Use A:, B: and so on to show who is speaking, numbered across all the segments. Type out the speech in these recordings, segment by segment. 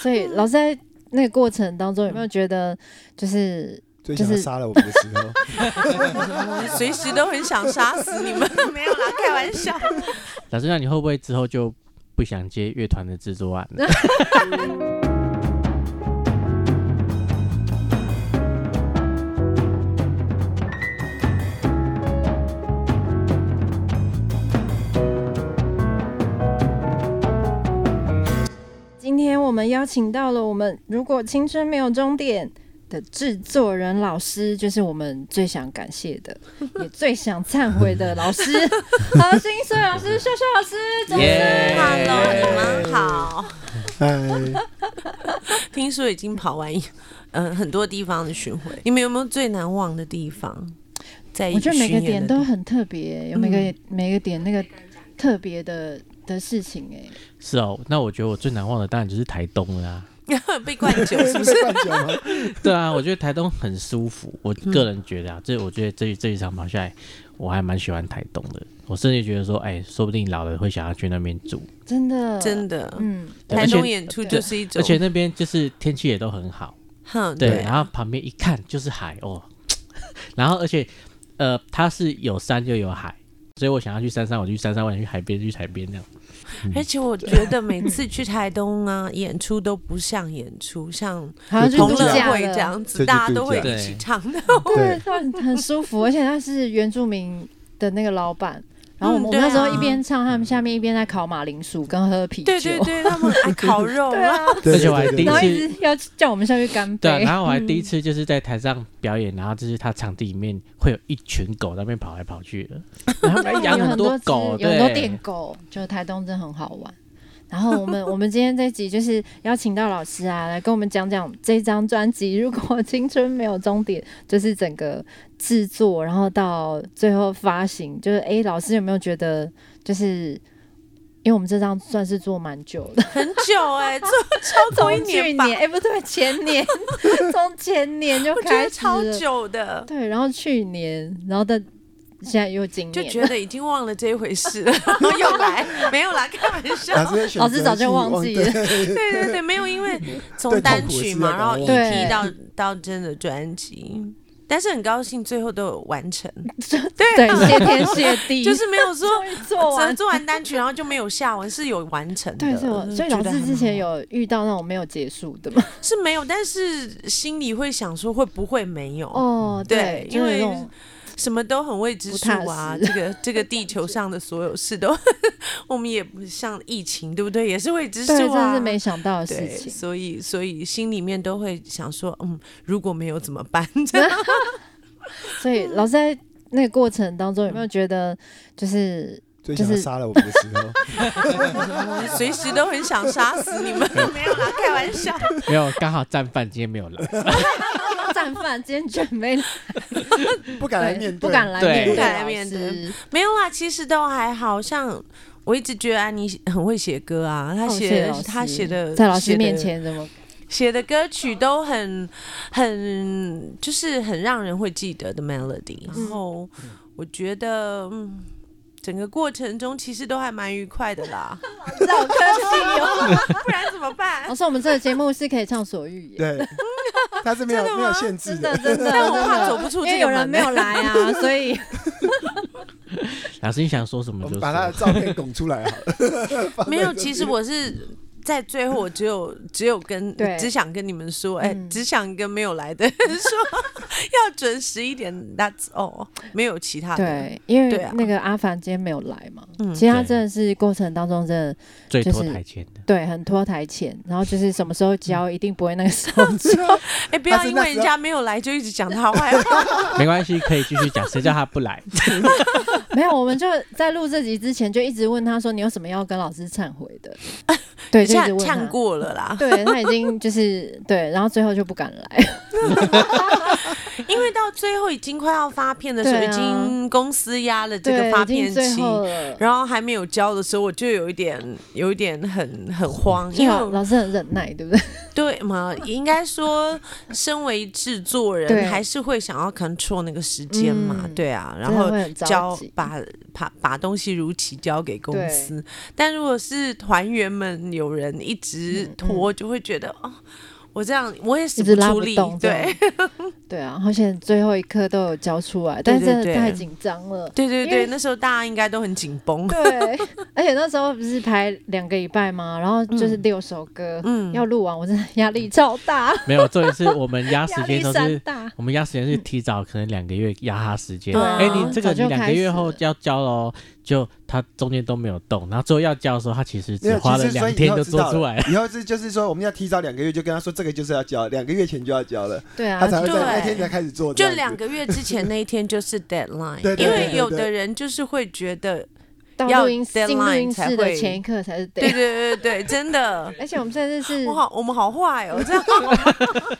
A: 所以老师在那个过程当中，有没有觉得就是
B: 最
A: 就
B: 想
A: 是
B: 杀了我们的时 候，
C: 随时都很想杀死你们。 没有啦，开玩笑。
D: 老师，那你会不会之后就不想接乐团的制作案了？
A: 今天我们邀请到了我们《如果青春没有终点》的制作人老师，就是我们最想感谢的，也最想忏悔的老师，何心碎老师、秀秀老师，掌声！
C: Hello，你们好。
B: 哎，
C: 听说已经跑完一，嗯、很多地方的巡回。你们有没有最难忘的地方？在
A: 我觉得每个
C: 巡演
A: 点
C: 的
A: 都
C: 地
A: 很特别，有每个、每个点那个特别的的事情、哎，
D: 是哦，那我觉得我最难忘的当然就是台东 啦、
C: 方被灌 酒，是
B: 哎是
C: 不
B: 不
C: 是
B: 是？半酒吗？
D: 对啊，我觉得台东很舒服，我个人觉得啊，这我觉得这这一场跑下来，我还蛮喜欢台东的。我甚至觉得说，哎，说不定老了会想要去那边住，
A: 真的，
C: 真的，
A: 嗯，
D: 对
C: 台
D: 而且
C: 东演出就是一种，
D: 而且那边就是天气也都很好，
C: 哼，
D: 对，
C: 对，
A: 啊
D: 然后旁边一看就是海哦，然后而且呃，它是有山就有海，所以我想要去山上，我就去山上；我想去海边，就去海边这样。
C: 而且我觉得每次去台东啊，演出都不像演出，像
A: 好像去
C: 同
A: 度
C: 乐
A: 假
C: 会这
A: 了，
C: 样子，
B: 这就
C: 大家
B: 度
C: 都会
D: 假
C: 一起
D: 对
C: 唱的。
B: 对，
A: 他很很舒服，而且他是原住民的那个老板。然后我们
C: 嗯
A: 我
C: 对
A: 们那
C: 啊
A: 时候一边唱，他们下面一边在烤马铃薯跟喝啤酒，
C: 对对对，他们爱烤肉
A: 对啊
C: 啊，
B: 对
D: 而且我还
B: 对对
D: 第一
A: 然后
D: 次
B: 对
A: 一直要叫我们下去干
D: 对啊，
A: 杯。
D: 然后我还第一
A: 嗯
D: 次就是在台上表演，然后就是他场地里面会有一群狗在那边跑来跑去 的，
C: 哎
D: 然后他们养
A: 有很
D: 多
A: 只
D: 狗，
A: 有很多
D: 对
A: 电，狗，就台东真的很好玩。然后我们我们今天这集就是邀请到老师啊，来跟我们讲讲这张专辑《如果 青春没有终点》，就是整个制作，然后到最后发行，就是诶，老师有没有觉得就是因为我们这张算是做蛮久 的，
C: 很久哎，做超过一
A: 从去
C: 吧，
A: 年哎、不对，前年 从前年就
C: 我觉
A: 开
C: 得
A: 始
C: 超
A: 了
C: 久的，
A: 对，然后去年，然后到现在又今
C: 就
A: 年，
C: 觉得已经忘了这一回事 了，又来， 没有啦，开玩笑。
A: 啊
B: 老师啊选
A: 老师
B: 择哦
A: 早就
B: 性
A: 忘记了。
C: 对对对，没有，因为从
B: 对
C: 单
B: 痛苦
C: 曲
B: 是
C: 嘛，
B: 要
C: 然后
B: 把
C: EP 到
A: 嗯
C: 到真的专辑，但是很高兴最后都有 完成，啊
A: 对，谢 天谢地，
C: 就是没有 说
A: 终于做
C: 只
A: 完
C: 能。做完单曲，然后就没有下文，是有完成的。嗯
A: 对，所以我所以老
C: 觉得
A: 师
C: 很
A: 之前
C: 好
A: 有遇到那种没有结束的嘛？
C: 是没有，但是心里会想说会不会没有？
A: 哦，
C: 对
A: 就
C: 因
A: 是
C: 为
A: 那种
C: 什么都很未知数
A: 不踏！
C: 啊这
A: 实
C: 个这个地球上的所有事都， 我们也不像疫情，对不对？也是未知数
A: 对，
C: 啊。
A: 真的是没想到的事
C: 对，
A: 情。
C: 所以所以心里面都会想说，嗯，如果没有怎么办？
A: 所以老师在那个过程当中，有没有觉得 就是
B: 最
A: 就
B: 想
A: 是
B: 杀了我们的时 候，
C: 随时都很想杀死你们。 没有啦，开玩笑。
D: 没有刚好战犯今天没有来，
A: 战犯今天卷没
B: 不敢来面对，
A: 不敢来
D: 对
A: 面对，
C: 不敢来面对， 没有啦，其实都还好像。我一直觉得安妮很会写歌啊，她
A: 哦
C: 写
A: 谢
C: 的、
A: 老
C: 她
A: 师
C: 写的
A: 在老
C: 写
A: 师
C: 的
A: 面前怎么？
C: 写的歌曲都很很就是很让人会记得的 melody，然
A: 嗯
C: 后我觉得嗯。整个过程中其实都还蛮愉快的 啦，
A: 啊老科技哦，
C: 不然怎么办
A: 老？师，我们这个节目是可以畅所欲言。
B: 对，他是没有没有限制
A: 真的真的，
C: 但我怕
A: 真的
C: 走不出
A: 因
C: 这
A: 为有
C: 个
A: 人
C: 门
A: 没有来啊，所以
D: 老师你想说什么
B: 我们
D: 就说。
B: 把他的照片拱出来好 了。
C: 没有，其实我是在最后，我只有只有跟
A: 对
C: 只想跟你们说，哎、
A: 嗯
C: 只想跟没有来的人说 要准时一点，That's all，没有其他的。
A: 对，因
C: 对
A: 为
C: 啊
A: 那个阿凡今天没有来嘛，
C: 嗯
A: 其实他
D: 对
A: 真的是过程当中真的
D: 最
A: 就
D: 拖
A: 是
D: 台前的，
A: 对很拖台前，然后就是什么时候交一定不会那个时候 交，
C: 哎、不要
B: 但是
C: 因
B: 那
C: 为
B: 时
C: 人
B: 候
C: 家没有来就一直讲他坏话。
D: 没关系，可以继续讲，谁叫他不来？
A: 没有，我们就在录这集之前就一直问他说你有什么要跟老师忏悔 的， 对，就一直
C: 呛
A: 问
C: 呛
A: 他。
C: 过了啦。
A: 对他已经就是对，然后最后就不敢来，
C: 因为到最后已经快要发片的时候，
A: 对啊
C: 已经公司压了 这个
A: 对，
C: 发
A: 已
C: 片
A: 经
C: 期
A: 最，后了。
C: 然后还没有交的时候，我就有一点有一点很很慌，
A: 幸
C: 因为
A: 好
C: 我
A: 老师很忍耐，对不 对？
C: 对嘛，应该说身为制作
A: 对
C: 人，还是会想要 control 那个时间嘛，
A: 嗯
C: 对啊，然
A: 真的
C: 后
A: 会很着
C: 交
A: 急
C: 把把把东西如期交给公司。但如果是团员们有人一
A: 嗯
C: 直
A: 嗯
C: 拖，就会觉得哦，我这样我也
A: 一
C: 使
A: 直
C: 不
A: 拉
C: 出
A: 不
C: 力
A: 动，，这
C: 对
A: 样， 对啊，好险最后一刻都有交出来，
C: 对
A: 但
C: 对
A: 真的
C: 对
A: 太紧张了。
C: 对 对
A: 因
C: 对，
A: 为
C: 那时候大家应该都很紧绷，
A: 对， 而且那时候不是排两个礼拜吗？然后就是六首歌，
C: 嗯
A: 要录完，我真的压力超大，
D: 没有，重点是我们压时
A: 压
D: 间
A: 力
D: 都
A: 山
D: 是
A: 大。
D: 我们压时间是提早，可能两个月压他时间。
A: 哦
C: 对啊
D: 哎、你这
A: 嗯早
D: 个你
A: 就
D: 两
A: 开
D: 个
A: 始
D: 月后
A: 了
D: 要交喽，就他中间都没有动，然后最后要交的时候，他其 实
B: 没
D: 只
B: 有，
D: 花
B: 其
D: 了
B: 实所
D: 两
B: 以以
D: 天
B: 后
D: 就
B: 知道
D: 做出
B: 了
D: 来了。
B: 以后是就是说，我们要提早两个月就跟他说，这个就是要交，两个月前就要交了，
A: 对啊，
B: 他才会
A: 就
B: 在
C: 对
B: 那天才开始做这
C: 就
B: 样子。
C: 两个月之前那一天就是 deadline，
B: 对对对
C: 因为
B: 对
C: 有
B: 对
C: 的人就是会觉得，
A: 到
C: 要
A: 录音进录
C: deadline
A: 音
C: 才
A: 室的
C: 会
A: 前一刻才是
C: 对
A: 得。
C: 对对 对，真的，
A: 而且我们甚至是
C: 我好我们好坏哦，这样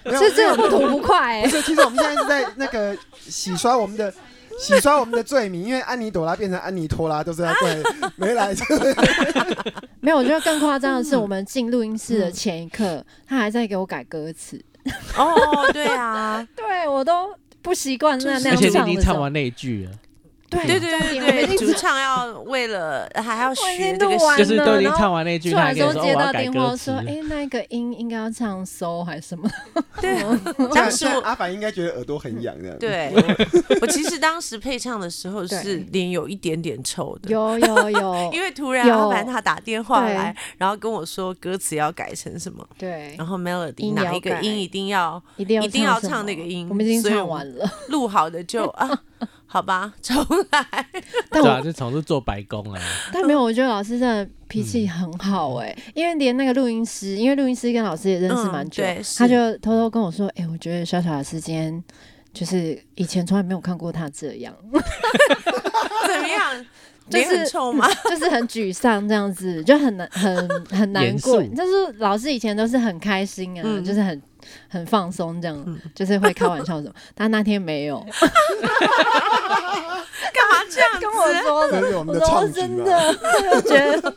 B: 没有
A: 是真的
B: 没
A: 不
B: 有
A: 吐不快
B: 不
A: 哎，
B: 是，其实我们现在是在那个洗刷我们的。 洗刷我们的罪名，因为安妮朵拉变成安妮托拉，都是要 怪没来这个
A: 没有，我觉得更夸张的是，我们进录音室的前一刻，他还在给我改歌词，
C: 哦，对 啊，
A: 对我都不习惯那那
D: 而
A: 样
D: 且
A: 唱
D: 你已
A: 的
D: 经
A: 时
D: 唱
A: 候，
D: 完那一句了，
A: 对
C: 对对
A: 重点
C: 对
A: 我
C: 对，
A: 已经
C: 主唱要为了还要
A: 我已经
C: 学这
A: 录
C: 个
A: 完
C: 戏
D: 就
A: 了
D: 是都已经唱完那一句，
A: 出
D: 他还
A: 来
D: 跟
A: 时候
D: 你说、哦、
A: 接
D: 我要
A: 到
D: 改
A: 电话
D: 歌
A: 说
D: 词，，
A: 哎，那个音应该要唱 so 还是什么？
C: 对，
B: 样
C: 当时
B: 子。
C: 我
B: 阿凡应该觉得耳朵很痒这样。，
C: 对我我其实当时配唱的时候是
A: 对
C: 脸有一点点臭的。
A: 有有有，
C: 因为突然
A: 有
C: 阿凡他打电话来，然后跟我说歌词要改成什么，
A: 对，
C: 然后 melody
A: 音
C: 哪一
A: 要
C: 个
A: 改
C: 音一定要
A: 一定要
C: 一定要
A: 什么
C: 唱那个音
A: 我们已经
C: 所以
A: 唱
C: 我
A: 完 了，
C: 录好的 就啊，好吧，重来。
A: 但
D: 对啊，
A: 我
D: 就总是做白工啊。
A: 但没有，我觉得老师真的脾气很好
C: 嗯
A: 哎、因为连那个录音师，因为录音师跟老师也认识蛮久，
C: 嗯对是
A: 他就偷偷跟我说，哎、我觉得小小老师今天。就是以前从来没有看过他这样，
C: 怎么样？
A: 就是
C: 脸很 臭吗？
A: 就是很沮丧这样子，就很难很很难
D: 严
A: 过。
D: 肃
A: 就是老师以前都是很开心啊，
C: 嗯
A: 就是很很放松这样，就是会开玩笑什么。但那天没有，
C: 干嘛这样
A: 跟我
C: 子？
A: 说
B: 这
A: 的，
B: 是我们的
A: 说
B: 创举
A: 真
B: 嘛
A: 的， 我觉得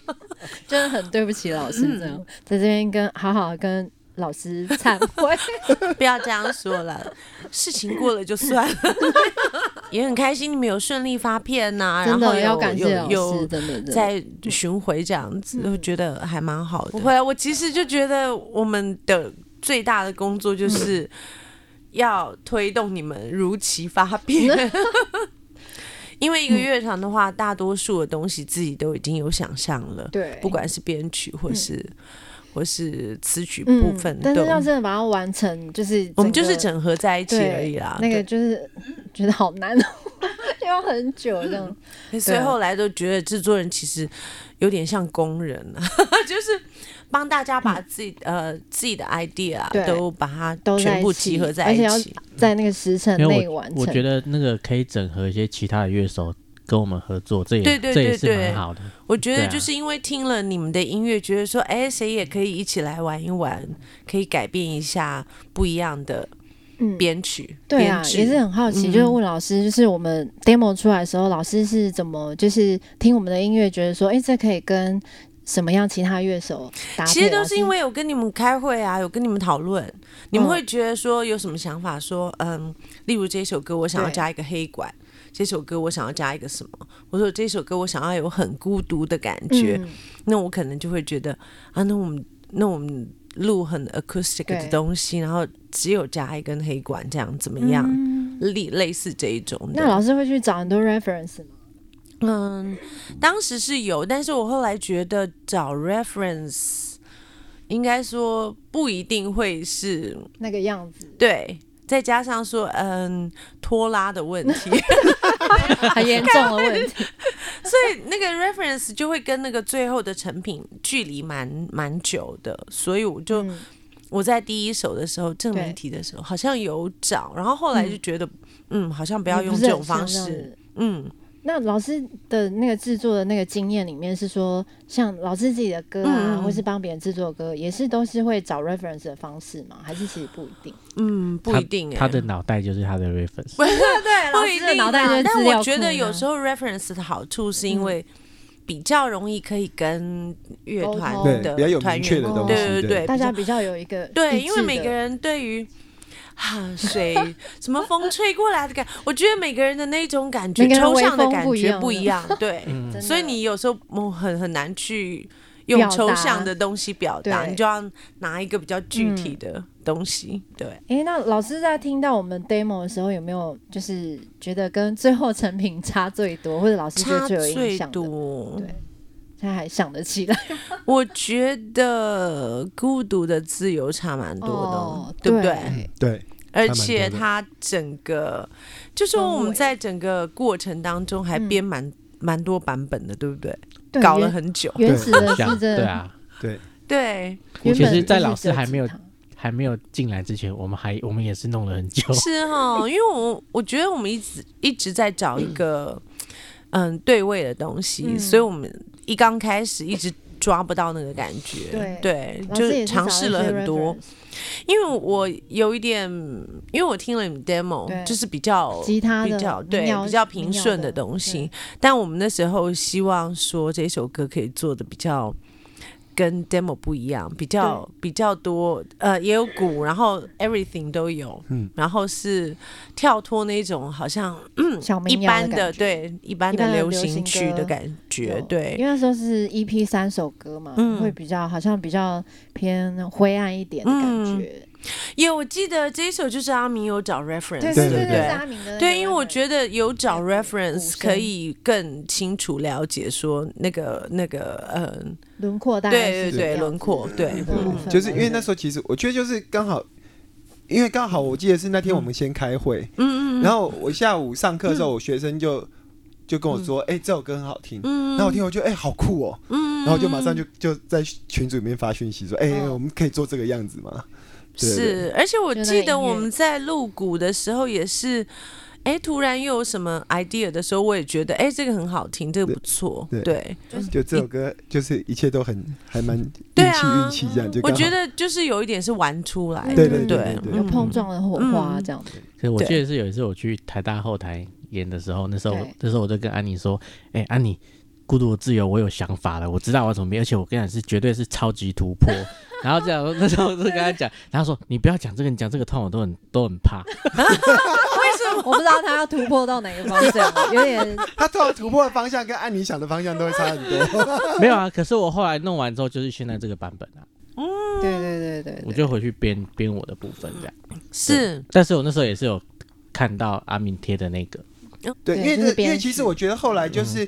A: 真的很对不起老
C: 嗯
A: 师，这样在这边跟好好地跟老师 忏悔。
C: 不要这样说了，事情过了就算了。 也很开心你们有顺利发片呐、然
A: 真
C: 后
A: 的
C: 有
A: 要感谢老
C: 有
A: 师，
C: 有
A: 真的真的
C: 在巡回这样子，我觉得还蛮好嗯的。不会啊，我其实就觉得我们的最大的工作就是要推动你们如期发 片。因为一个乐团的话，大多数的东西自己都已经有想象了，
A: 对，
C: 不管是编曲或是、或是词曲
A: 嗯
C: 部分
A: 但
C: 都
A: 是要真的把它完成，就是
C: 我们就是
A: 整个
C: 整合在一起
A: 对
C: 而已啦。
A: 那个
C: 对
A: 就是觉得好难哦， 要很久这
B: 嗯
A: 样。
C: 所以后来都觉得制作人其实有点像工人啊， 就是帮大家把自己、呃自己的 idea 啊
A: 对
C: 都把它
A: 都在
C: 全部
A: 一起
C: 集合在一起。
A: 而且在那个时辰
D: 因
A: 内
D: 为
A: 完成，
D: 我我觉得那个可以整合一些其他的乐手跟我们合作，这也
C: 对对
D: 这也
C: 对
D: 是
C: 对
D: 蛮好的。
C: 我觉得
D: 对啊
C: 就是因为听了你们的音乐，觉得说，哎、谁也可以一起来玩一玩，可以改变一下不一样的
A: 嗯。
C: 编曲、
A: 对啊
C: 编，制
A: 也是很好奇，
C: 嗯
A: 就是问老师，就是我们 demo 出来的时候，老师是怎么就是听我们的音乐，觉得说，哎、这可以跟什么样其他乐手搭配？啊
C: 其实都
A: 老师
C: 是因为有跟你们开会啊，有跟你们讨论，你们
A: 嗯
C: 会觉得说有什么想法说嗯，例如这首歌我想要
A: 对
C: 加一个黑管，这首歌我想要加一个什么，我说这首歌我想要有很孤独的感觉，
A: 嗯
C: 那我可能就会觉得啊，那我们那我们录很 acoustic
A: 对
C: 的东西，然后只有加一根黑管，这样怎么样？类类似这一种的，
A: 嗯那老师会去找很多 reference 吗？
C: 嗯，当时是有，但是我后来觉得找 reference，应该说不一定会是
A: 那个样 子
C: 对，再加上说嗯拖拉的问题，
A: 很严重的问题，
C: 所以那个 reference 就会跟那个最后的成品距离蛮蛮久的，所以我就、
A: 嗯
C: 我在第一首的时候证
A: 对
C: 明题的时候好像有找，然后后来就觉得嗯好像不要
A: 也
C: 用
A: 是
C: 这
A: 很
C: 种方
A: 像样
C: 式，
A: 子
C: 嗯，
A: 那老师的那个制作的那个经验里面是说，像老师自己的歌
C: 嗯
A: 啊，
C: 嗯嗯
A: 或是帮别人制作的歌，也是都是会找 reference 的方式吗？还是其实不一定？
C: 嗯，不
D: 他
C: 一定、欸，
D: 他的脑袋就是他的 reference，
A: 对
C: 不一定
A: 脑
C: 啦
A: 袋就是
C: 但
A: 资料
C: 我觉
A: 库嗯
C: 得
A: 呢
C: 有时候 reference 的好处是因为比较容易可以跟乐团
A: 沟
C: 的
A: 通
B: 对，比较有
C: 团
B: 明
C: 员
B: 确的
A: 工
B: 东西，
A: 对
C: 对对
A: 大家比较有一个
C: 对，
A: 一
C: 因为
A: 致
C: 每
A: 的
C: 个人对于 啊水什么风吹过来的感，我觉得每个人的那种感觉
A: 每个人
C: 抽象的
A: 微风
C: 感
A: 不一
C: 觉
A: 样
C: 不一样， 对，
D: 嗯
A: 真，的
C: 所以你有时候嗯很很难去用
A: 表
C: 抽
A: 达
C: 象的东西表达，
A: 对嗯
C: 你就要拿一个比较具体的东西，对。
A: 诶，那老师在听到我们 demo 的时候，有没有就是觉得跟最后成品差最多，或者老师觉
C: 差
A: 得最有印
C: 最
A: 象的？
C: 多，
A: 对现在还想得起来，
C: 我觉得孤独的自由差蛮多的，
A: 哦
C: 对不
A: 对
C: 对？
B: 对，
C: 而
B: 蛮多
C: 且
B: 的
C: 它整个，就说
A: 氛
C: 我们
A: 围
C: 在整个过程当中还
A: 嗯
C: 编蛮、蛮多版本的，对不对？
A: 对
C: 搞了
A: 原
C: 很久，
A: 原始的是
D: 像
A: 真的，
D: 对啊，
C: 对，
A: 原
D: 其
A: 本
D: 实在
A: 就是
D: 老
A: 只
D: 师还
A: 几
D: 没有
A: 堂
D: 还没有进来之前，我们还我们也是弄了很久，
C: 是哈，因为我我觉得我们一直一直在找一个嗯对位的东西，
A: 嗯
C: 所以我们一刚开始一直抓不到那个感觉，对，
A: 老
C: 就
A: 师
C: 是
A: 也是
C: 尝
A: 找
C: 试
A: 一
C: 了
A: 些
C: 很多，因为我有一点，因为我听了你们 demo，
A: 对
C: 就是比较
A: reference，吉他的
C: 比较对
A: 民谣
C: 比较平
A: 民谣
C: 顺
A: 的
C: 的东西，但我们那时候希望说这首歌可以做的比较跟 demo 不一样，比较比较多，呃，也有鼓，然后 everything 都有，
B: 嗯
C: 然后是跳脱那种好像
A: 对小
C: 嗯一
A: 民谣
C: 般
A: 的
C: 的
A: 感觉，
C: 对一般
A: 一般
C: 的
A: 的
C: 流
A: 流
C: 行
A: 行
C: 曲
A: 歌
C: 的感觉
A: 有，
C: 对
A: 因为那时候是 EP 三首歌嘛，
C: 嗯
A: 会比较好像比较偏灰暗一点的
C: 嗯
A: 感觉，
C: 耶，我记得这一首就是阿明有找 reference，
A: 对
B: 对
A: 对对，这
B: 对
C: 不
A: 是
C: 对？
A: 阿明的那个 reference，
C: 对，因为我觉得有找
A: 那个鼓
C: reference
A: 声
C: 可以更清楚了解说那个那个嗯，
A: 轮廓大概是什
C: 对对
A: 么
C: 对，
A: 样
C: 轮
A: 子
C: 廓
A: 的
C: 对，
A: 这部分
B: 嗯就是因为那时候其实我觉得就是刚好，因为刚好我记得是那天我们先开会，
C: 嗯嗯，
B: 然
C: 后
B: 后我下午上课的时候，我学生就就跟我说，哎，这首歌很好听。
C: 嗯，
B: 然后我听，我觉得哎、好酷哦，
C: 嗯，
B: 然后就马上就就在群组里面发讯息说，哎、我们可以做这个样子吗？对对对
C: 是，而且我
A: 就那
C: 记
A: 个
C: 得
A: 音
C: 我
A: 乐
C: 们在录鼓的时候也是，哎，突然又有什么 idea 的时候，我也觉得哎，这个很好听，这个
B: 对
C: 不错，
B: 对
C: 对，
B: 就这首歌就是一切都很还蛮
C: 对
B: 运气
C: 啊
B: 运气这样，就
C: 我
B: 刚好
C: 觉得就是有一点是玩出来的，
B: 对
C: 对
B: 对对对对
A: 有
C: 嗯
A: 碰撞的火花这 样子，
D: 可是我
C: 对
D: 记得是有一次我去台大后台演的时候，那时候
A: 对
D: 那时候我就跟安妮说：“哎、安妮，孤独的自由，我有想法了，我知道我要怎么编，而且我跟你讲是绝对是超级突破。”然后这样，那时候我就跟他讲，然后说：“你不要讲这个，你讲这个痛，我都很都很怕。
A: 我不知道他要突破到哪个方 向，啊有点
B: 他突然突破的方向跟按你想的方向都会差很多。”
D: 没有啊，可是我后来弄完之后，就是现在这个版本啊，
A: 对对对对
D: 我
A: 对，
D: 就回去编编我的部分这样。
C: 是，
D: 但是我那时候也是有看到阿明贴的那个，
B: 对，因
A: 对
B: 为
A: 就是
B: 那因为
A: 编
B: 其实
A: 曲
B: 我觉得后来就是。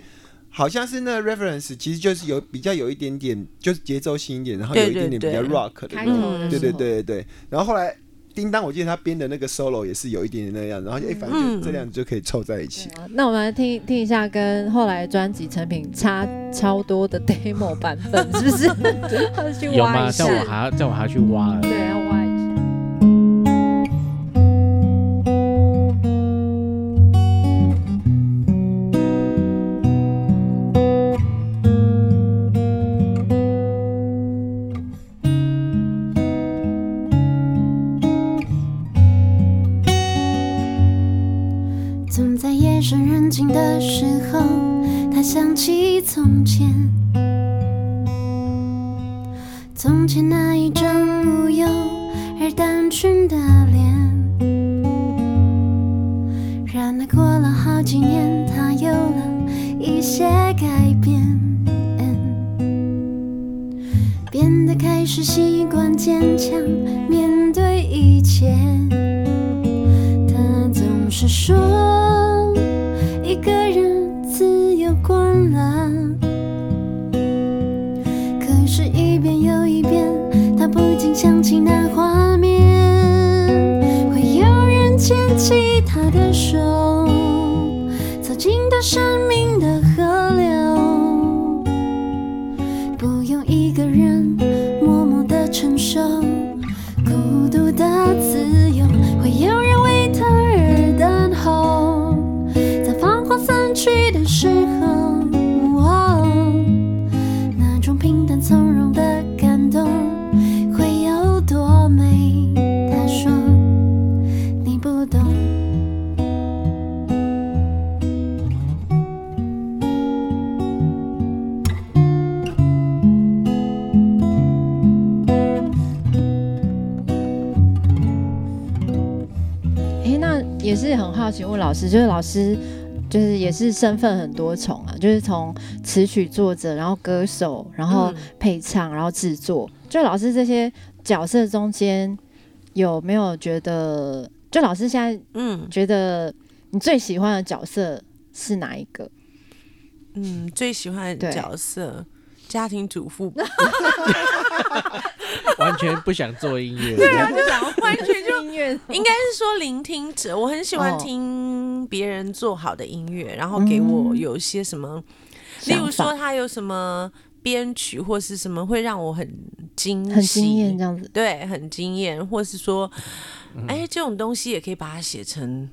B: 好像是那个 reference，其实就是有比较有一点点，就是节奏性一点，然后有
C: 对
B: 一点点比
C: 对
B: 较
C: 对
B: rock 的
A: 开
B: 那
A: 头
B: 种，
A: 的时候
B: 嗯对对对，对对。然后后来叮当，我记得他编的那个 solo 也是有一点点那样，然后就哎，反正
C: 嗯
B: 就这两就可以凑在一起。
A: 对啊那我们来听听一下跟后来专辑成品差超多的 demo 版本，是不是？ 要 去
D: 有
A: 挖
D: 吗？
A: 一
D: 像
A: 下，
D: 我还要像我还要去挖了。
A: 对，要挖一下。
E: 总在夜深人静的时候，他想起从前，从前那一张无忧而单纯的脸。然而过了好几年，他有了一些改变，变得开始习惯坚强，面对一切。他总是说一个人自由惯了，可是，一遍又一遍，他不禁想起那画面，会有人牵起他的手，走进他生命的河流，不用一个人默默的承受。孤独的自由，会有人为他而等候，在繁华散去的
A: 也是很好奇问老师，就是老师就是也是身份很多重啊，就是从词曲作者，然后歌手，然后
C: 嗯
A: 配唱，然后制作。就老师这些角色中间有没有觉得，就老师现在
C: 嗯
A: 觉得你最喜欢的角色是哪一个？
C: 嗯，最喜欢的
A: 对
C: 角色家庭主妇吧，
D: 完全不想做音乐。
C: 啊，就完全就
A: 音乐
C: 应该是说聆听者，我很喜欢
A: 哦
C: 听别人做好的音乐，然后给
A: 嗯
C: 我有一些什么，例如说他有什么编曲或是什么会让我很惊喜，
A: 很惊艳嗯这样子，
C: 对，很惊艳，或是说，哎、这种东西也可以把它写成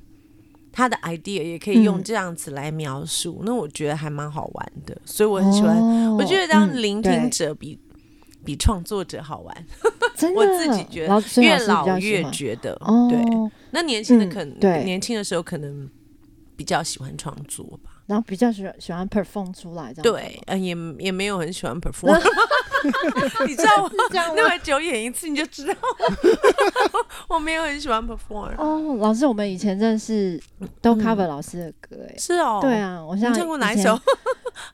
C: 他的 idea，也可以用
A: 嗯
C: 这样子来描述，那我觉得还蛮好玩的，所以我很喜欢。
A: 哦
C: 我觉得当
A: 嗯
C: 聆
A: 对
C: 听者比、比创作者好玩，
A: 真的，
C: 我自己觉得
A: 老所以
C: 越
A: 师比
C: 老
A: 较喜
C: 越
A: 欢
C: 觉得、
A: 哦，
C: 对。那年轻的
A: 嗯
C: 可能，
A: 对
C: 年轻的时候可能比较喜欢创作吧。
A: 然后比较喜欢喜欢 perform 出来这样，
C: 对，嗯、也也没有很喜 欢 perform，你知道我
A: 这样吗
C: 那么久演一次你就知道， 我没有很喜欢 perform。
A: 哦，老师，我们以前认识都 cover 老师的歌，哎、
C: 是嗯哦，
A: 对，啊，我
C: 你
A: 像
C: 唱过哪
A: 以
C: 一
A: 前
C: 首？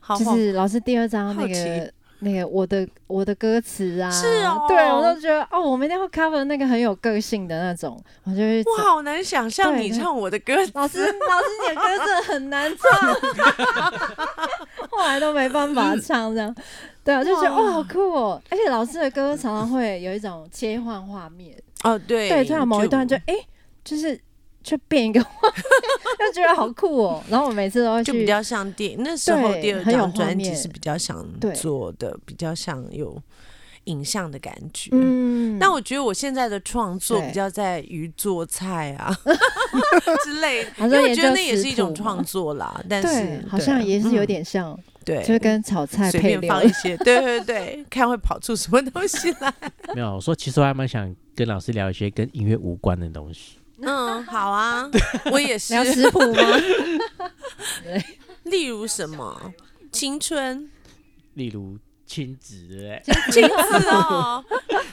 C: 好好，
A: 就是老师第二章那
C: 好
A: 个
C: 奇
A: 那个我的我的歌词啊，
C: 是哦
A: 对我都觉得哦，我们一定要 cover 那个很有个性的那种，我就会
C: 我好难想象
A: 对
C: 你
A: 对
C: 唱我的歌。
A: 老师，老师，你的歌真的很难唱， 后来都没办法唱这样。对啊，就觉得哇、
C: 哇
A: 好酷哦！而且老师的歌常常会有一种切换画面，
C: 哦，对
A: 对，突然某一段就哎、诶就是就变一个画面， 就觉得好酷哦。然后我每次都会
C: 就比
A: 去，
C: 较像电那时候
A: 对
C: 第二
A: 很有
C: 张
A: 画
C: 专辑
A: 面
C: 是比较想
A: 对
C: 做的，比较像有影像的感觉。
A: 嗯，
C: 但我觉得我现在的创作
A: 对
C: 比较在于做菜 啊之类的，
A: 好像
C: 因为我
A: 研
C: 觉得
A: 究
C: 那也
A: 食
C: 是一种
A: 谱
C: 创作啦。但
A: 对
C: 是，
A: 好像也是有
C: 嗯
A: 点像，
C: 对，
A: 就是跟炒菜
C: 随
A: 配
C: 便
A: 料
C: 放一些，对对对，看会跑出什么东西 来。
D: 没有，我说其实我还蛮想跟老师聊一些跟音乐无关的东西。
C: 嗯，好 啊，我也是
A: 聊。食谱吗？
C: 例如什么 青春，
D: 例如亲子，对不对
C: 青子哦，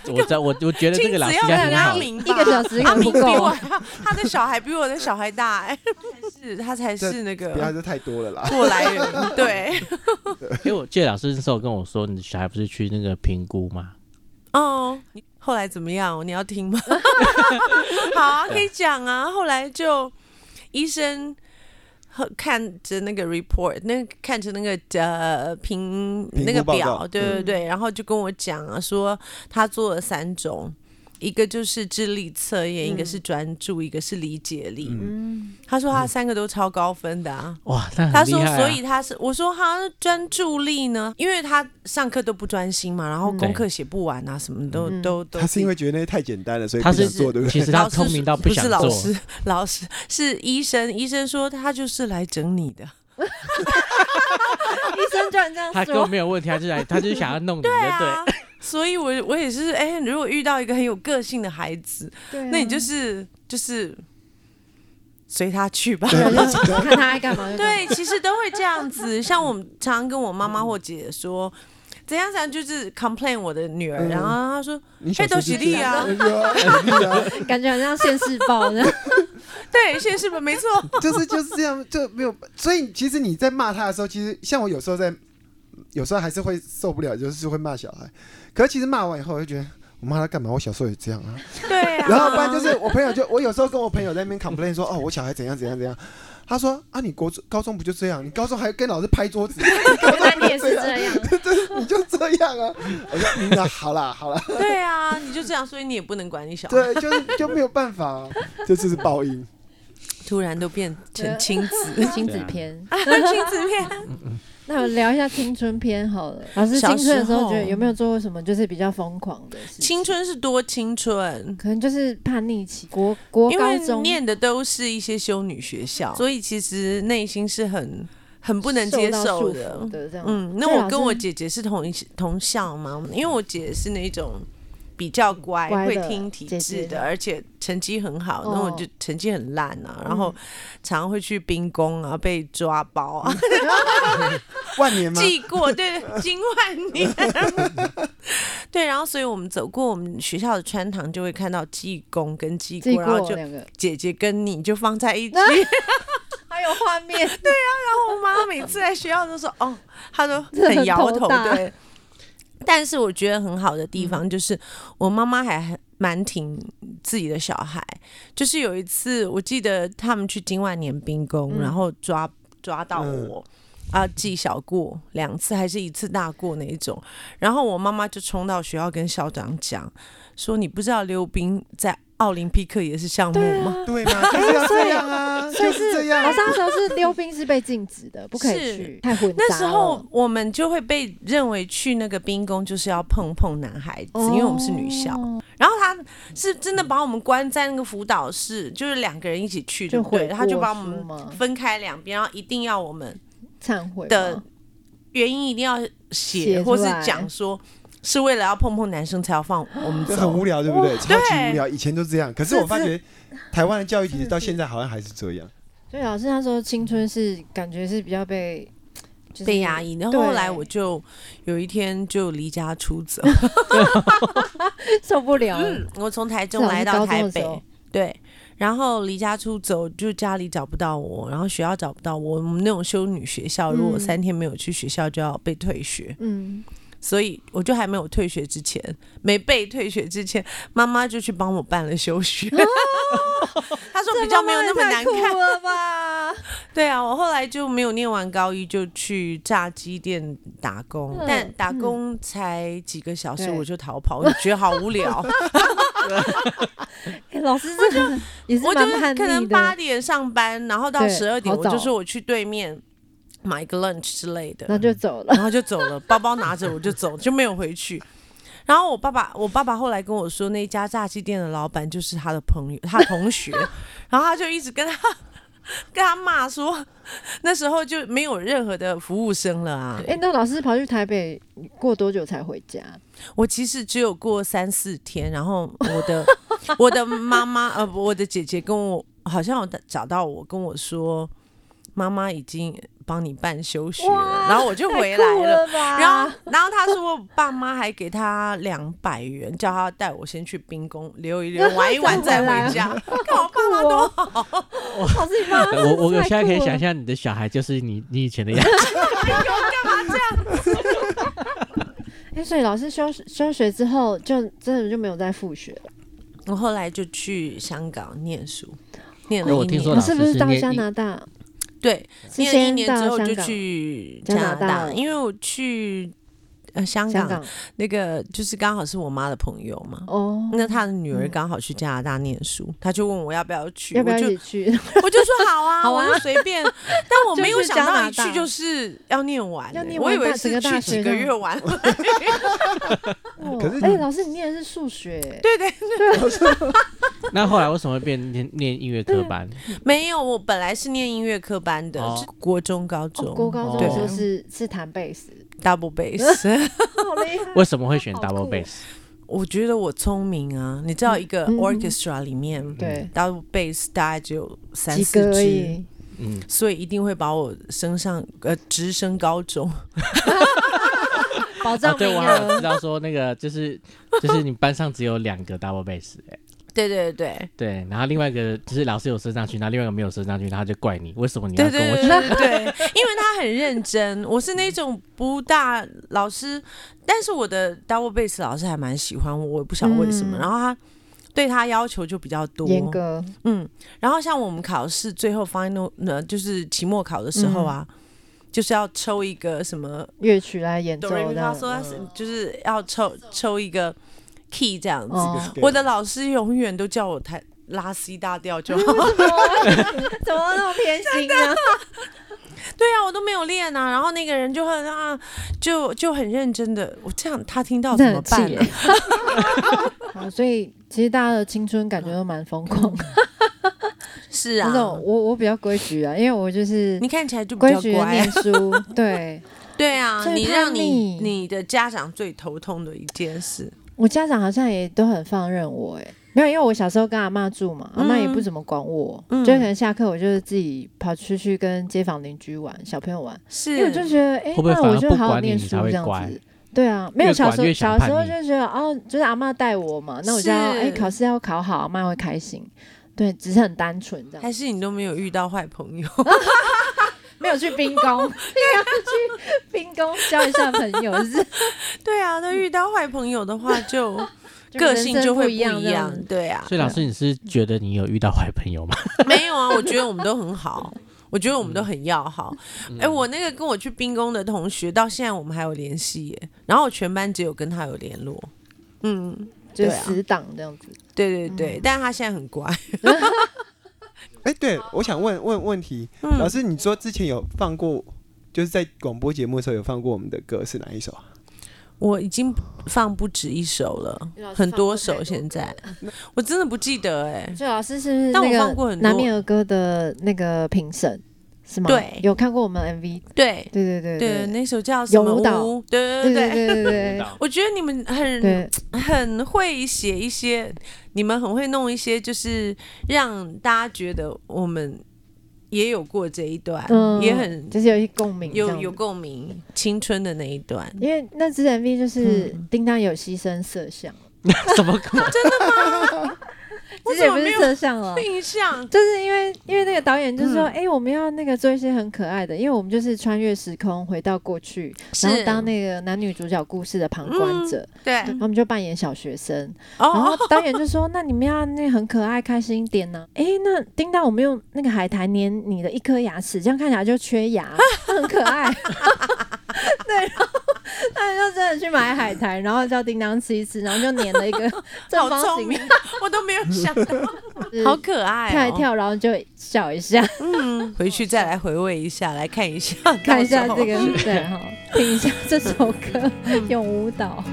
D: 我知道，我我觉得这
C: 亲
D: 个
C: 子
D: 老师应
C: 要
D: 该
C: 看
D: 很
C: 阿
D: 好。
C: 明吧，
A: 一个小时
C: 阿
A: 可能
C: 明
A: 不
C: 比我
A: 够，
C: 还要，他的小孩比我的小孩大， 哎， 是他才
B: 这
C: 是那
B: 不要
C: 个
B: 这太多了啦。
C: 过来 人，对，
D: 因为我记得老师那时候跟我说，你的小孩不是去那个评估吗？
C: 哦，你后来怎么样？你要听吗？ 好啊，可以讲啊。后来就医生和看着那个 report，那个看着那个呃评
B: 评估
C: 那个
B: 报告
C: 表，对
B: 嗯
C: 对对，然后就跟我讲啊，说他做了三种。一个就是智力测
A: 嗯
C: 验，一个是专注，一个是理解力。
A: 嗯，
C: 他说他三个都超高分的啊。
D: 哇，那
C: 他
D: 很厉
C: 说
D: 害、啊。，
C: 所以他是我说他专注力呢，因为他上课都不专心嘛，然后
A: 嗯
C: 功课写不完啊，什么都
A: 嗯
C: 都都
B: 他是因为觉得那太简单了，所以
D: 他
B: 不
D: 是
B: 想做，对不对？
D: 其实
C: 老
D: 他
C: 师
D: 聪明到
C: 不
D: 想
C: 是
D: 做
C: 老。师， 老师是医生，医生说他就是来整你的。
A: 医生居然这样
D: 他根
A: 说
D: 本，没有问题，他就来，他就是想要弄你的，
C: 对
D: 对
C: 啊， 所以我我也是，哎、如果遇到一个很有个性的孩子，
A: 对啊
C: 那你就是就是随他去吧。
A: 对啊就是 看他爱干嘛就干嘛，
C: 对，其实都会这样子。像我们常常跟我妈妈或姐姐说，怎样怎样，就是 complain 我的女儿，
B: 嗯
C: 然后她说，
B: 你小
C: 哎
B: 时候
C: 都
B: 就
C: 吉利
B: 这样
C: 啊
B: 哎呦 吉利啊，
A: 感觉好像现世报 呢。
C: 对，现在是不是 没错？
B: 就是就是这样，就没有。所以其实你在骂他的时候，其实像我有时候在，有时候还是会受不了，就是会骂小孩。可是其实骂完以后，我就觉得。我骂他干嘛？我小时候也这样 啊。
C: 对啊。
B: 然后不然就是我朋友就我有时候跟我朋友在那边 complain 说哦我小孩怎样怎样怎样，他说啊你国中高中不就这样？你高中还跟老师拍桌子，你高
A: 原
B: 中
A: 来
B: 不
A: 你也
B: 就是这
A: 这
B: 样？
A: 样，
B: 你就这样啊？我说嗯那好 啦好啦，
C: 对啊，你就这样，所以你也不能管你小孩。
B: 对，就是就没有办法啊，这就是报应。
C: 突然都变成亲子
A: 亲子篇。
C: 亲子片，
A: 那我聊一下青春篇好了。老师，青
C: 啊小
A: 春
C: 时
A: 的时候
C: 候
A: 觉得有没有做过什么就是比较疯狂的事？
C: 青，春是多青春。
A: 可能就是叛逆期，国国
C: 因
A: 高
C: 为
A: 中
C: 念的都是一些修女学校，所以其实内心是很很不能
A: 受
C: 接
A: 到束缚
C: 受的。
A: 的这样。啊
C: 嗯，那
A: 所以
C: 我
A: 老
C: 跟
A: 师
C: 我姐姐是同一同校嘛，因为我姐是那种比较乖，
A: 乖
C: 会
A: 的
C: 听体
A: 姐
C: 制
A: 姐
C: 的，而且成绩很好，
A: 哦嗯
C: 那我就成绩很烂啊，然后常会去冰宫啊，被抓包啊，
B: 万年
A: 嗯
B: 吗？
C: 记过，对， 金万年。 对，然后所以我们走过我们学校的穿堂，就会看到济公跟济
A: 记
C: 公，然后
A: 过
C: 就
A: 两个，
C: 姐姐跟你就放 在一起。
A: 还有画面，
C: 我妈每次来学校都说哦，她 都很摇
A: 头
C: 头，
A: 大
C: 对。嗯但是我觉得很好的地方就是，我妈妈还很蛮挺自己的小孩。就是有一次，我记得他们去金万年兵工，
A: 嗯
C: 然后抓抓到
B: 嗯
C: 我。啊，记小过两次还是一次大过那一种，然后我妈妈就冲到学校跟校长讲，说你不知道溜冰在奥林匹克也是项目
A: 对
C: 吗？
A: 啊，
B: 对吗？就是要这样啊，
A: 所
B: 就
A: 以
B: 是这
A: 是
B: 样
A: 我。上时候是溜冰是被禁止的，不可以
C: 是
A: 去，太混杂哦
C: 那时
A: 了
C: 候我们就会被认为去那个冰宫就是要碰碰男孩子，因为我们是女校。
A: 哦
C: 然后他是真的把我们关在那个辅导室，就是两个人一起去，对
A: 就
C: 不
A: 悔
C: 对？他就
A: 过
C: 把我
A: 书
C: 们
A: 吗
C: 分开两边，然后一定要我们
A: 忏悔
C: 的
A: 吗
C: 原因一定要写，
A: 写
C: 或
A: 出
C: 是
A: 来
C: 讲说是为了要碰碰男生才要放我们
B: 这很
C: 走哦
B: 无。聊，对不对？超
C: 对
B: 级无聊，以前都这样。可是我发觉台湾的教育体
A: 真
B: 制
A: 的
B: 到
A: 是
B: 现在好像还是这样。
A: 所以老啊师那时候青春是感觉是比较被、就是
C: 被压抑，然后后来
A: 对
C: 我就有一天就离家出 走，
A: 受不了了。
C: 嗯，我从台
A: 这
C: 中
A: 老师
C: 来
A: 啊高
C: 到
A: 中
C: 台
A: 的时
C: 北，
A: 候
C: 对，然后离家出走，就家里找不到我，然后学校找不到我。我们那种修女学校，如果
A: 嗯
C: 三天没有去学校就要被退学，
A: 嗯，
C: 所以我就还没有退学之前，没被退学之前，妈妈就去帮我办了休学。 她说比较没有那么难
A: 啊这妈妈也太
C: 看
A: 酷。了吧？
C: 对啊，我后来就没有念完高一，就去炸鸡店打工，
A: 嗯
C: 但打工才几个小时
A: 对
C: 我就逃跑，我觉得好无 聊。
A: 哎老师这个也是
C: 我就
A: 蛮
C: 是
A: 叛
C: 可能
A: 逆
C: 八
A: 的，
C: 点上班，然后到
A: 对
C: 十二点，
A: 好
C: 我
A: 早
C: 就说我去对面买个 lunch 之类
A: 然后
C: 的，
A: 就走了。
C: 然后就走了，包包拿着我就走，就没有回去。然后我爸爸，我爸爸后来跟我说，那一家炸鸡店的老板就是他的朋友， 他同学，然后他就一直跟他 跟他骂说，那时候就没有任何的服务生了啊。
A: 哎、那老师跑去台北过多久才回家？
C: 我其实只有过三四天，然后我的我的妈妈呃，不我的姐姐跟我好像有找到我，跟我说妈妈已经帮你办休学了，
A: 哇
C: 然后我就回来
A: 太酷
C: 了。
A: 了吧？
C: 然后，然后他说，我爸妈还给他两百元，叫他带我先去冰宫溜一溜，玩一玩再回家。 看我爸妈都好，
A: 老师你妈妈真的
D: 我我我
A: 太
D: 现在可以
A: 酷了
D: 想象你的小孩就是你你以前的样子，
A: 哎、所以老师休休学之后，就真的就没有再复学了。
C: 我后来就去香港念书，念了
D: 哦因为我
C: 一
D: 听说
C: 年
A: 你
D: 老师
A: 是不是
D: 啊是
A: 到
D: 念
A: 加
D: 一
A: 拿大？
C: 对，
A: 是
C: 念了一
A: 先
C: 年之
A: 到
C: 后就
A: 香港、
C: 去
A: 加
C: 加
A: 拿
C: 拿
A: 大
C: 大，因为我去呃香
A: 香
C: 港
A: 港
C: 那个就是刚好是我妈的朋友嘛。
A: 哦。
C: 那她的女儿
A: 嗯
C: 刚好去加拿大念书，她就问我要不要去，
A: 要不要
C: 我就
A: 一起去？
C: 我就说好 啊，
A: 好啊
C: 我就随便。但我没有
A: 就是
C: 想
A: 加
C: 到
A: 拿
C: 一
A: 大
C: 去就是要念完欸、
A: 要念
C: 我
A: 完
C: 以为
A: 大整
C: 是
A: 个大
C: 去
A: 学这
C: 几个
A: 样
C: 月玩，
A: 哦
B: 可是
A: 哎、
B: 你
A: 老师你念的是数学，
C: 对对
D: 那后来为什么会变念念音乐科 班？
C: 没有，我本来是念音乐科班的，
D: 哦
C: 是国中、高中、
A: 哦，国高中
D: 对
A: 的时候是是弹贝斯，
C: double bass。
A: 好厉害！
D: 为什么会选
A: 好酷
D: double
A: 哦
D: bass？
C: 我觉得我聪明啊，你知道一个
A: 嗯嗯
C: orchestra 里面，
A: 对
C: double bass 大概只有三
A: 几
C: 四
A: 个而
C: 支，
A: 已，
D: 嗯，
C: 所以一定会把我升上呃直升高 中。
A: 保
D: 啊，
A: 障
D: 对，
A: 名
D: 我还有
A: 额
D: 知。道说那个 就是就是你班上只有两个 double bass，哎、
C: 对对对
D: 对，然后另外一个就是老师有升上去，然后另外一个没有升上去，然后他就怪你，为什么你要
C: 对对
D: 跟我
C: 对对对，因为他很认真，我是那种不大老师，但是我的 double bass 老师还蛮喜欢我，我也不晓得为什么。
A: 嗯
C: 然后他对他要求就比较多，
A: 严格，
C: 嗯，然后像我们考试最后 final 呃，就是期末考的时候啊，
A: 嗯
C: 就是要抽一个什么
A: 乐曲来演奏
C: 哆瑞咪
A: 的嗯
C: 发嗦，拉西就是要抽抽一个 key 这样子。
A: 哦，
B: 对
C: 我的老师永远都叫我弹拉 C 大调 就 好。
A: 怎么那么偏心啊？
C: 对啊，我都没有练啊。然后那个人就很啊，就就很认真的，我这样他听到怎
A: 真的
C: 么
A: 很
C: 办啊
A: 气
C: 呢、
A: 耶！啊 好，所以其实大家的青春感觉都蛮疯狂的。
C: 是
A: 那
C: 啊，
A: 种我我比较规矩啊，因为我就是
C: 你看起来就比
A: 规
C: 较
A: 矩的
C: 乖
A: 念
C: 啊。
A: 书，对，
C: 对啊，
A: 最
C: 你
A: 叛
C: 让你
A: 逆
C: 你的家长最头痛的一件事，
A: 我家长好像也都很放任我、欸，哎，没有，因为我小时候跟阿妈住嘛，阿妈也不怎么管我，
C: 嗯
A: 就可能下课我就是自己跑出去跟街坊邻居玩，小朋友玩，因为我就是觉得，哎、
D: 会不会
A: 那
D: 反
A: 我
D: 而
A: 就
D: 不
A: 好好
D: 管你
A: 念
D: 你
A: 书
D: 才会
A: 这样
D: 乖
A: 子。对啊，没有
D: 越
A: 小时
D: 管
A: 候
D: 越想
A: 小时候
D: 叛逆
A: 就觉得哦，就是阿妈带我嘛，那我就要
C: 是
A: 哎、考试要考好，阿妈会开心。对，只是很单纯这样，
C: 还是你都没有遇到坏朋友，
A: 没有去冰宫， 要去冰宫交一下朋友，是
C: 对啊，那遇到坏朋友的话就
A: 就
C: 个
A: 人
C: 性
A: 生
C: 就
A: 不
C: 会
A: 一
C: 不
A: 样
C: 一
A: 这样
C: 样
A: 子，
C: 对啊，
D: 所以老师，你是觉得你有遇到坏朋 友吗？
C: 没有啊，我觉得我们都很好，我觉得我们都很要好。哎、我那个跟我去兵工的同学，到现在我们还有联系耶。然后我全班只有跟他有联络。嗯，
A: 就
C: 对啊
A: 死党这样子。
C: 对对对，但他现在很乖。
B: 哎，对，我想问问问题，
C: 哦嗯
B: 老师，你说之前有放过，就是在广播节目的时候有放过我们的歌是哪一首啊？
C: 我已经放不止一首了
A: 老，师
C: 很多
A: 放
C: 首
A: 过太多
C: 现在，我真的哦不记得哎、
A: 所以老师是不是
C: 但我
A: 那
C: 放过
A: 个
C: 很多
A: 南面儿歌的那个评审是吗？
C: 对
A: 有看过我们 MV，
C: 对
A: 对对对
C: 对，
A: 对
C: 那首叫什么
A: 有舞蹈
C: 舞？对
A: 对
C: 对对
A: 对
C: 对。
A: 对对
C: 我觉得你们很
A: 对
C: 很会写一些，你们很会弄一些，就是让大家觉得我们也有过这一段，
A: 嗯，
C: 也很
A: 就是有一些共鸣这样子，
C: 有有共鸣，青春的那一段。
A: 因为那支 MV 就是叮当有牺牲色相，
D: 什么鬼？
C: 我
A: 之前
C: 怎
A: 不
C: 么
A: 是
C: 没有
A: 色相哦 了。
C: 印象？
A: 就是因为，因为那个导演就是说，哎、我们要那个做一些很可爱的，因为我们就是穿越时空回到过去，然后
C: 是
A: 当那个男女主角故事的旁观者，
C: 对
A: 他们就扮演小学生，然
C: 哦，
A: 后导演就说：“那你们要那很可爱、开心一点呢、诶，那叮当，我们用那个海苔粘你的一颗牙齿，这样看起来就缺 牙，那很可爱。 对，然后他们就真的去买海苔，然后叫叮当吃一吃，然后就粘了一 个正
C: 好
A: 方
C: 聪
A: 形
C: 明，我都没有 想到，
A: 就是
C: 好可爱、哦，
A: 跳一，跳，然后就笑一下，
C: 嗯， 回去再来回味一下，来 看一下，
A: 看一下
C: 到
A: 这
C: 时
A: 个
C: 候，
A: 对哈，听一下这首 歌，
C: 嗯
A: 用舞蹈。”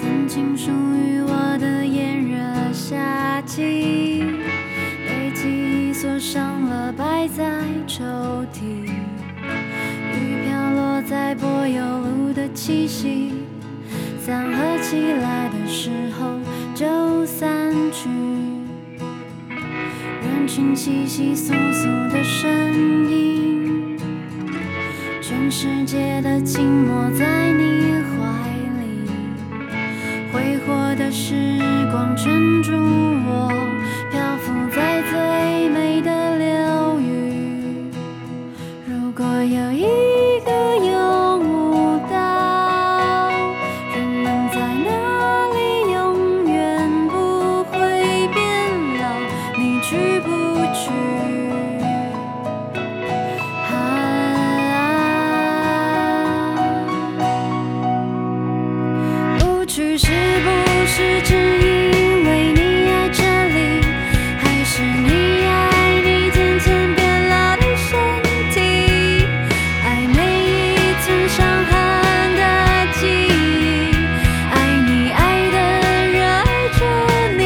E: 曾经属于我的炎热夏季，被记忆锁上了，摆在抽屉。雨飘落在柏油路的气息，散合起来的时候就散去。人群稀稀疏疏的身影，全世界的静默在你怀里。挥霍的时光圈住我，漂浮在最美的流域。如果有一个永舞蹈，人们在那里永远不会变老，你去不去？啊。不去是不是只因为你爱这里，还是你爱你渐渐变老的身体？爱每一寸伤痕的记忆，爱你爱的热爱着你，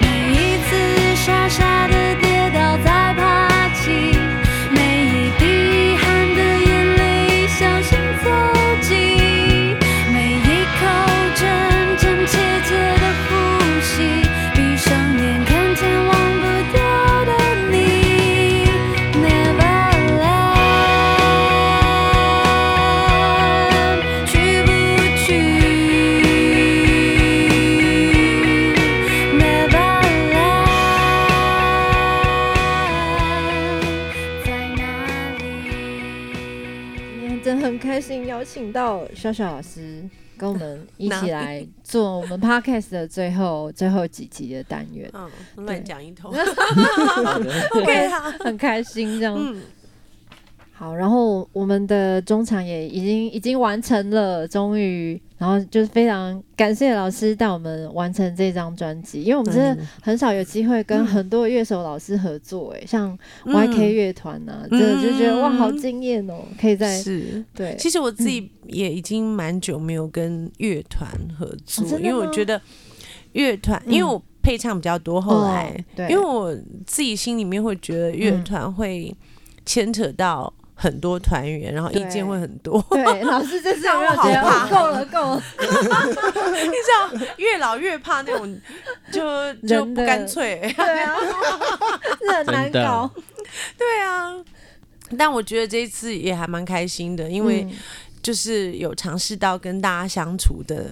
E: 每一次傻傻的跌倒再爬起。每一滴遗憾的眼泪，小心走进；每一口真真切切的呼吸，闭上眼看见忘不掉的你。Never land，去不去？Never land。在哪里？
A: 今天真的很开心，邀请到小小老师跟我们一起来做我 们 podcast 的最后最后几集的单元，
C: 嗯，乱讲一 通，
A: 对
C: 对啊，
A: 很开心这样。
C: 嗯，
A: 好，然后我们的中场也已经已经完成了，终于，然后就是非常感谢老师带我们完成这张专辑，因为我们
C: 嗯
A: 真的很少有机会跟很多乐手老师合作、诶，像
C: 嗯
A: YK 乐团呐、啊，真的就觉得哇，好惊艳哦，可以在
C: 是。
A: 对，嗯
C: 其实我自己也已经蛮久没有跟乐团合作，
A: 哦真的
C: 因为我
A: 吗嗯
C: 觉得乐团，因为我配唱比较多，后来、
A: 哦对
C: 因为我自己心里面会觉得乐团会牵扯到很多团员，然后意见
A: 对
C: 会很 多。
A: 对，老师这次有没有觉
C: 这样我好
A: 得
C: 怕
A: 够了够了？
C: 你知道，越老越怕那种， 就就
A: 人
C: 不
A: 的
C: 干脆。
A: 对啊， 这很难
D: 真的
A: 搞，
C: 对啊，但我觉得这一次也还蛮开心的，因为
A: 嗯
C: 就是有尝试到跟大家相处的。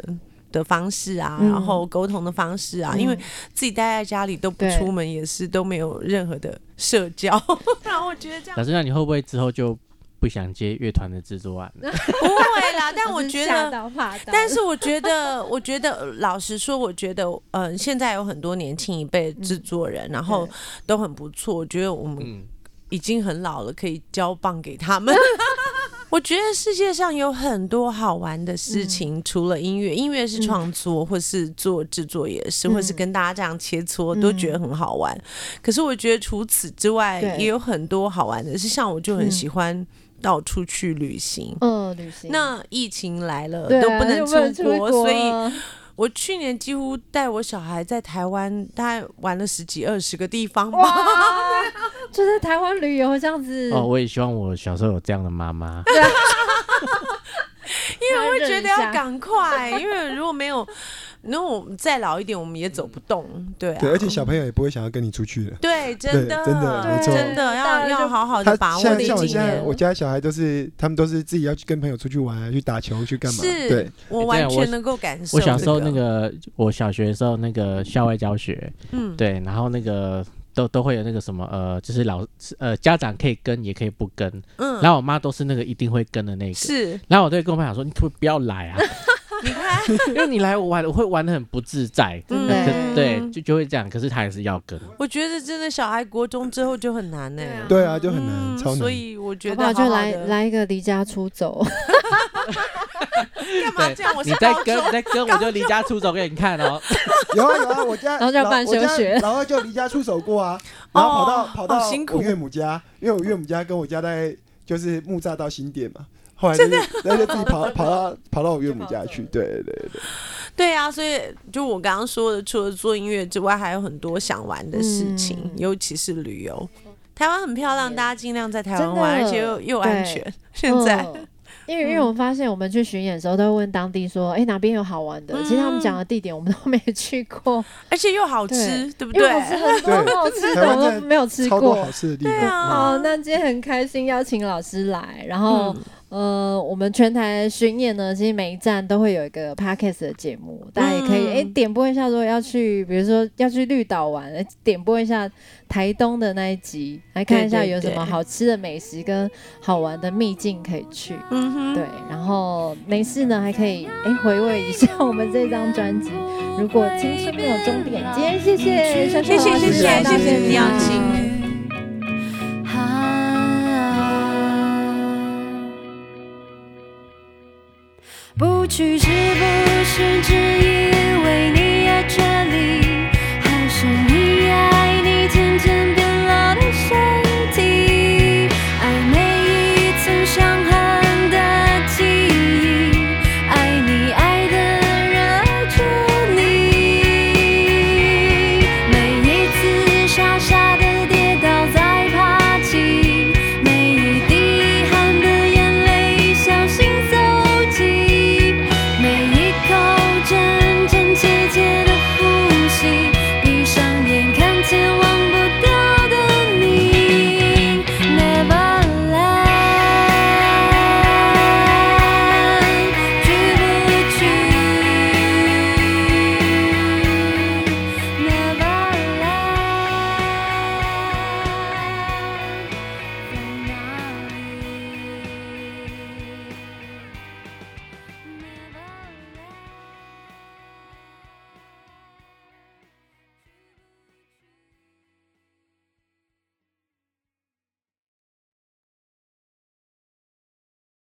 C: 的方式啊，
A: 嗯
C: 然后沟通的方式啊，
A: 嗯
C: 因为自己待在家里都不
A: 对
C: 出门，也是都没有任何的社交， 然后我觉得这样
D: 老师，那你会不会之后就不想接乐团的制作案了？
C: 不会哎啦。但我
A: 真
C: 觉
A: 吓
C: 得
A: 到怕到，
C: 但是我觉得，我觉得老实说，我觉得，嗯、现在有很多年轻一辈的
A: 嗯
C: 制作人，然后
A: 对
C: 都很不错。我觉得我们
D: 嗯，
C: 已经很老了，可以交棒给 他们。我觉得世界上有很多好玩的事
A: 嗯
C: 情，除了音乐，音乐是创作，或是做制作也是，
A: 嗯
C: 或是跟大家这样切磋，
A: 嗯
C: 都觉得很好玩。可是我觉得除此之外，
A: 对
C: 也有很多好玩的事，像我就很
A: 嗯
C: 喜欢到处去旅行。
A: 嗯，旅行
C: 那疫情来了，
A: 对啊
C: 都不能
A: 又不能
C: 出
A: 出
C: 国，所以
A: 国
C: 我去年几乎带我小孩在台湾，大概玩了十几二十个地方吧。
A: 哇， 就在台湾旅游这样
C: 嗯
A: 子，
D: 哦，我也希望我小时候有这样的 妈妈。
A: 因为
C: 我会觉得要赶快，因为如果没有，如果我们再老一点，我们也走不动。对啊，
B: 对，而且小朋友也不会想要跟你出去的。
C: 对，真的，
B: 对真的没错
C: 真的
A: 啊大
C: 要
A: 家就
C: 要好好
B: 他
C: 的把握
B: 像
C: 那
B: 像我
C: 几
B: 现在，
C: 年。
B: 我家小孩都是他们都是自己要去跟朋友出去玩啊，去打球去干嘛？对
C: 是，我
D: 哎这
C: 完
D: 样
C: 全
D: 我
C: 能够感受。
D: 我小时候那，个，我小学的时候那个校外教学，
C: 嗯，
D: 对，然后那个都都会有那个什么呃，就是老呃家长可以跟也可以不跟，
C: 嗯，
D: 然后我妈都是那个一定会跟的那个。
C: 是，
D: 然后我对跟我妈讲说：“你可不可以不要来 啊？
C: 你看，
D: 因为你来我玩，我会玩的很不自在。
A: 真
D: 可
A: 的
C: 嗯
D: 对，就就会这样。可是她还是要跟。
C: 我觉得真的小孩国中之后就很难呢、
A: 对啊
B: 对啊，就很难，
C: 嗯
B: 超难。
C: 所以我觉
A: 好
C: 得
A: 不好？就
C: 好
A: 来
C: 地
A: 来一个离家出走，
C: 干嘛这样？我是
D: 你再
C: 高
D: 跟
C: 中
D: 你再跟我就离家出走给你看哦。
B: 有啊有啊，我家
A: 然后就要
B: 老
A: 办
B: 我家
A: 休学
B: 然后就离家出走 过啊，然后跑到
C: 哦
B: 跑到
C: 好辛苦
B: 我岳母家，因为我岳母家跟我家大概就是木栅到新店嘛，后来就是然后就自己跑跑到跑到我岳母家去，对对对对，
C: 对啊，所以就我刚刚说的，除了做音乐之外，还有很多想玩的事情，
A: 嗯
C: 尤其是旅游。台湾很漂亮，大家尽量在台湾玩，
A: 真的
C: 而且又又安全。现在、
A: 嗯因为因为我发现我们去巡演的时候，都会问当地说，哎、哪边有好玩的？
C: 嗯
A: 其实他们讲的地点我们都没去过，
C: 而且又好吃，对不
A: 因为
C: 对？
A: 我们吃很多很好吃
B: 对
A: 的，我们都没有吃
B: 超多好
A: 过。
B: 吃的地
C: 对
B: 方，
C: 啊，
A: 好，那今天很开心邀请老师来，然后、
C: 嗯
A: 呃，我们全台的巡演呢，其实每一站都会有一个 podcast 的节目，大家也可以
C: 嗯
A: 哎、诶点播一下，如果要去，比如说要去绿岛玩，诶点播一下台东的那一集，来看一下
C: 对对
A: 有什么
C: 对
A: 好吃的美食跟好玩的秘境可以去。
C: 嗯哼，
A: 对，然后没事呢，还可以哎回味一下我们这张专辑。如果青春没有终点，今天谢谢小小
C: 嗯谢
A: 老
C: 谢
A: 师
C: 谢谢
A: 来到
C: 谢谢
A: 现
C: 你邀
A: 场
C: 请。
E: 啊，不去知